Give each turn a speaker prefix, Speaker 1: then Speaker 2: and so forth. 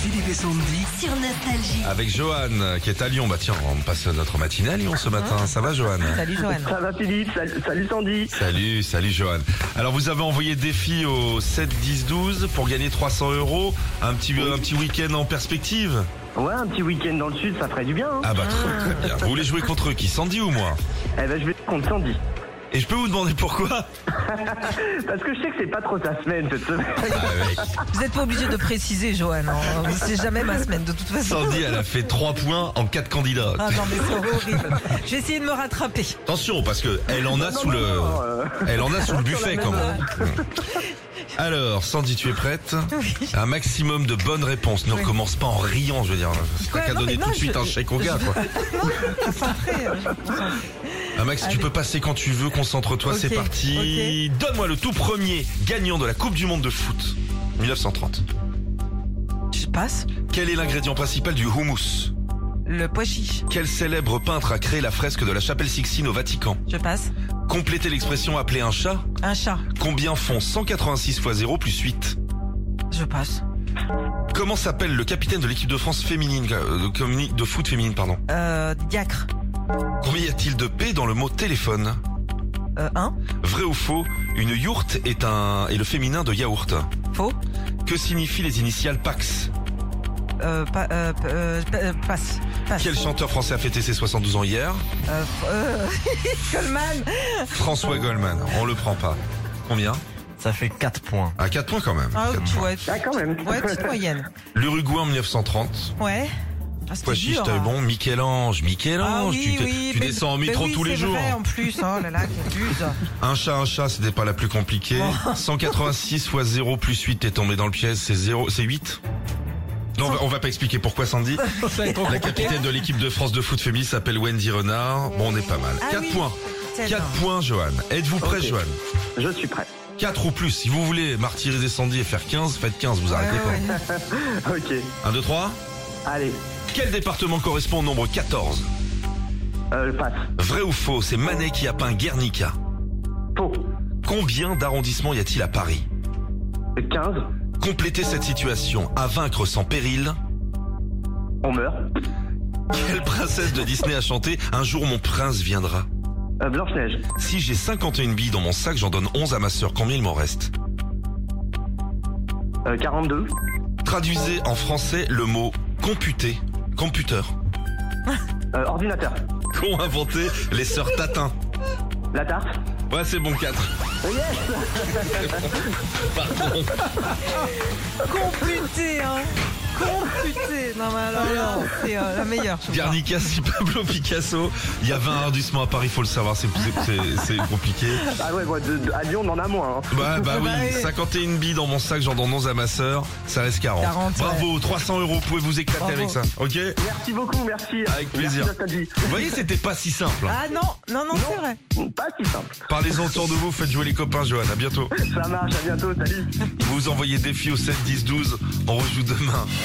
Speaker 1: Philippe et Sandy.
Speaker 2: sur Nostalgie.
Speaker 3: Avec Johan qui est à Lyon. Bah tiens, on passe notre matinée à Lyon ce matin. Ça va Johan
Speaker 4: Salut Joanne.
Speaker 5: Ça va Philippe, salut, salut Sandy.
Speaker 3: Salut, salut Johan. Alors vous avez envoyé défi au 7 10 12 pour gagner 300 euros, un petit un petit week-end en perspective.
Speaker 5: Ouais, un petit week-end dans le sud, ça ferait du bien. hein.
Speaker 3: Ah bah très, très bien. Vous voulez jouer contre qui, Sandy ou moi
Speaker 5: Eh ben je vais contre Sandy.
Speaker 3: Et je peux vous demander pourquoi
Speaker 5: Parce que je sais que c'est pas trop ta semaine cette semaine.
Speaker 3: Ah, mec,
Speaker 4: Vous n'êtes pas obligé de préciser, Joanne. hein. C'est jamais ma semaine, de toute façon.
Speaker 3: Sandy, elle a fait 3 points en 4 candidats.
Speaker 4: Ah non, mais c'est horrible. Je vais essayer de me rattraper.
Speaker 3: Attention parce que elle en a
Speaker 5: Non,
Speaker 3: sous
Speaker 5: non,
Speaker 3: le
Speaker 5: non, euh,
Speaker 3: elle en a sous le buffet quand même. Alors, Sandy, tu es prête Un maximum de bonnes réponses. Ne recommence pas en riant, je veux dire. C'est pas
Speaker 4: Ouais,
Speaker 3: qu'à
Speaker 4: non,
Speaker 3: donner
Speaker 4: mais
Speaker 3: tout
Speaker 4: non,
Speaker 3: de suite
Speaker 4: je-
Speaker 3: un chèque au gars, quoi.
Speaker 4: Après, euh, je comprends.
Speaker 3: Un max, tu
Speaker 4: Allez.
Speaker 3: peux passer quand tu veux, concentre-toi,
Speaker 4: Ok,
Speaker 3: c'est parti. Donne-moi le tout premier gagnant de la Coupe du Monde de foot 1930.
Speaker 4: Je passe.
Speaker 3: Quel est l'ingrédient principal du houmous
Speaker 4: Le pois chiche.
Speaker 3: Quel célèbre peintre a créé la fresque de la chapelle Sixtine au Vatican
Speaker 4: Je passe.
Speaker 3: Complétez l'expression appelée un chat.
Speaker 4: Un chat.
Speaker 3: Combien font 186 x 0 plus 8
Speaker 4: Je passe.
Speaker 3: Comment s'appelle le capitaine de l'équipe de France féminine, euh, de, communi- de foot féminine, pardon
Speaker 4: Euh, diacre.
Speaker 3: Combien y a-t-il de P dans le mot téléphone
Speaker 4: Euh, un.
Speaker 3: Vrai ou faux, une yourte est un est le féminin de yaourt.
Speaker 4: Faux.
Speaker 3: Que signifient les initiales PAX
Speaker 4: Euh, pa- euh, pa- euh, pa- euh, passe. Passe.
Speaker 3: Quel chanteur français a fêté ses 72 ans hier
Speaker 4: Euh, f- euh, Coleman.
Speaker 3: François Goldman. On le prend pas. Combien
Speaker 6: Ça fait 4 points.
Speaker 3: À 4 points quand même.
Speaker 4: Ah,
Speaker 3: Quatre
Speaker 4: tu
Speaker 3: points.
Speaker 4: vois.
Speaker 5: Ah, quand même.
Speaker 4: Ouais, petite moyenne.
Speaker 3: L'Uruguay en 1930.
Speaker 4: Ouais. Ah, c'était
Speaker 3: Quoi si
Speaker 4: dur,
Speaker 3: je t'avais
Speaker 4: hein.
Speaker 3: bon Michel-Ange, Michel-Ange,
Speaker 4: Ah oui,
Speaker 3: tu, t'es-
Speaker 4: oui,
Speaker 3: tu
Speaker 4: mais-
Speaker 3: descends en
Speaker 4: mais
Speaker 3: métro
Speaker 4: oui,
Speaker 3: tous les
Speaker 4: c'est
Speaker 3: jours.
Speaker 4: vrai, en plus, oh là là, quelle buse.
Speaker 3: Un chat, un chat, c'était pas la plus compliquée.
Speaker 4: Oh.
Speaker 3: 186 fois 0 plus 8, t'es tombé dans le piège, c'est 0, c'est 8 non, on va- on va pas expliquer pourquoi Sandy. La capitaine de l'équipe de France de foot féminin s'appelle Wendy Renard. Bon, on est pas mal.
Speaker 4: Ah
Speaker 3: 4
Speaker 4: oui.
Speaker 3: points.
Speaker 4: C'est
Speaker 3: 4
Speaker 4: énorme.
Speaker 3: points, Johan. Êtes-vous prêt,
Speaker 5: Ok.
Speaker 3: Johan
Speaker 5: Je suis prêt.
Speaker 3: 4 ou plus. Si vous voulez martyriser Sandy et faire 15, faites 15, vous arrêtez
Speaker 4: Ouais, ouais,
Speaker 3: pas.
Speaker 4: Ah ouais.
Speaker 5: Ok.
Speaker 3: 1, 2, 3.
Speaker 5: Allez,
Speaker 3: Quel département correspond au nombre 14
Speaker 5: euh, je passe.
Speaker 3: Vrai ou faux, c'est Manet qui a peint Guernica.
Speaker 5: Pau.
Speaker 3: Combien d'arrondissements y a-t-il à Paris
Speaker 5: 15.
Speaker 3: Complétez cette situation. À vaincre sans péril.
Speaker 5: On meurt.
Speaker 3: Quelle princesse de Disney a chanté Un jour mon prince viendra
Speaker 5: Euh, Blanche-Neige.
Speaker 3: Si j'ai 51 billes dans mon sac, j'en donne 11 à ma sœur. Combien il m'en reste
Speaker 5: Euh, 42.
Speaker 3: Traduisez en français le mot computer. Computer.
Speaker 5: Euh, ordinateur.
Speaker 3: Qu'ont inventé les sœurs Tatin.
Speaker 5: La tarte.
Speaker 3: Ouais, c'est bon, 4.
Speaker 4: Compluté, hein Compluté Non, mais alors, non, c'est euh, la meilleure, je crois.
Speaker 3: Guernica, si Pablo Picasso. Il y a 20 arrondissements à Paris, faut le savoir, c'est c'est- c'est compliqué.
Speaker 5: Ah ouais, bon, de- de- à Lyon, on en a moins. hein.
Speaker 3: Bah, bah oui, 51 billes dans mon sac, j'en donne 11 à ma sœur. Ça reste 40.
Speaker 4: 40,
Speaker 3: Bravo, 300 euros, pouvez vous éclater
Speaker 4: Bravo.
Speaker 3: avec ça. Ok
Speaker 5: Merci beaucoup, merci.
Speaker 3: Avec plaisir.
Speaker 5: Merci, Sandy.
Speaker 3: Vous voyez, c'était pas si simple. hein.
Speaker 4: Ah non, non, non, c'est vrai.
Speaker 5: Pas si simple.
Speaker 3: Parlez-en autour de vous, faites jouer les copains, Johan. À bientôt.
Speaker 5: Ça marche, à bientôt, salut.
Speaker 3: Vous envoyez défi au 7 10 12. On rejoue demain.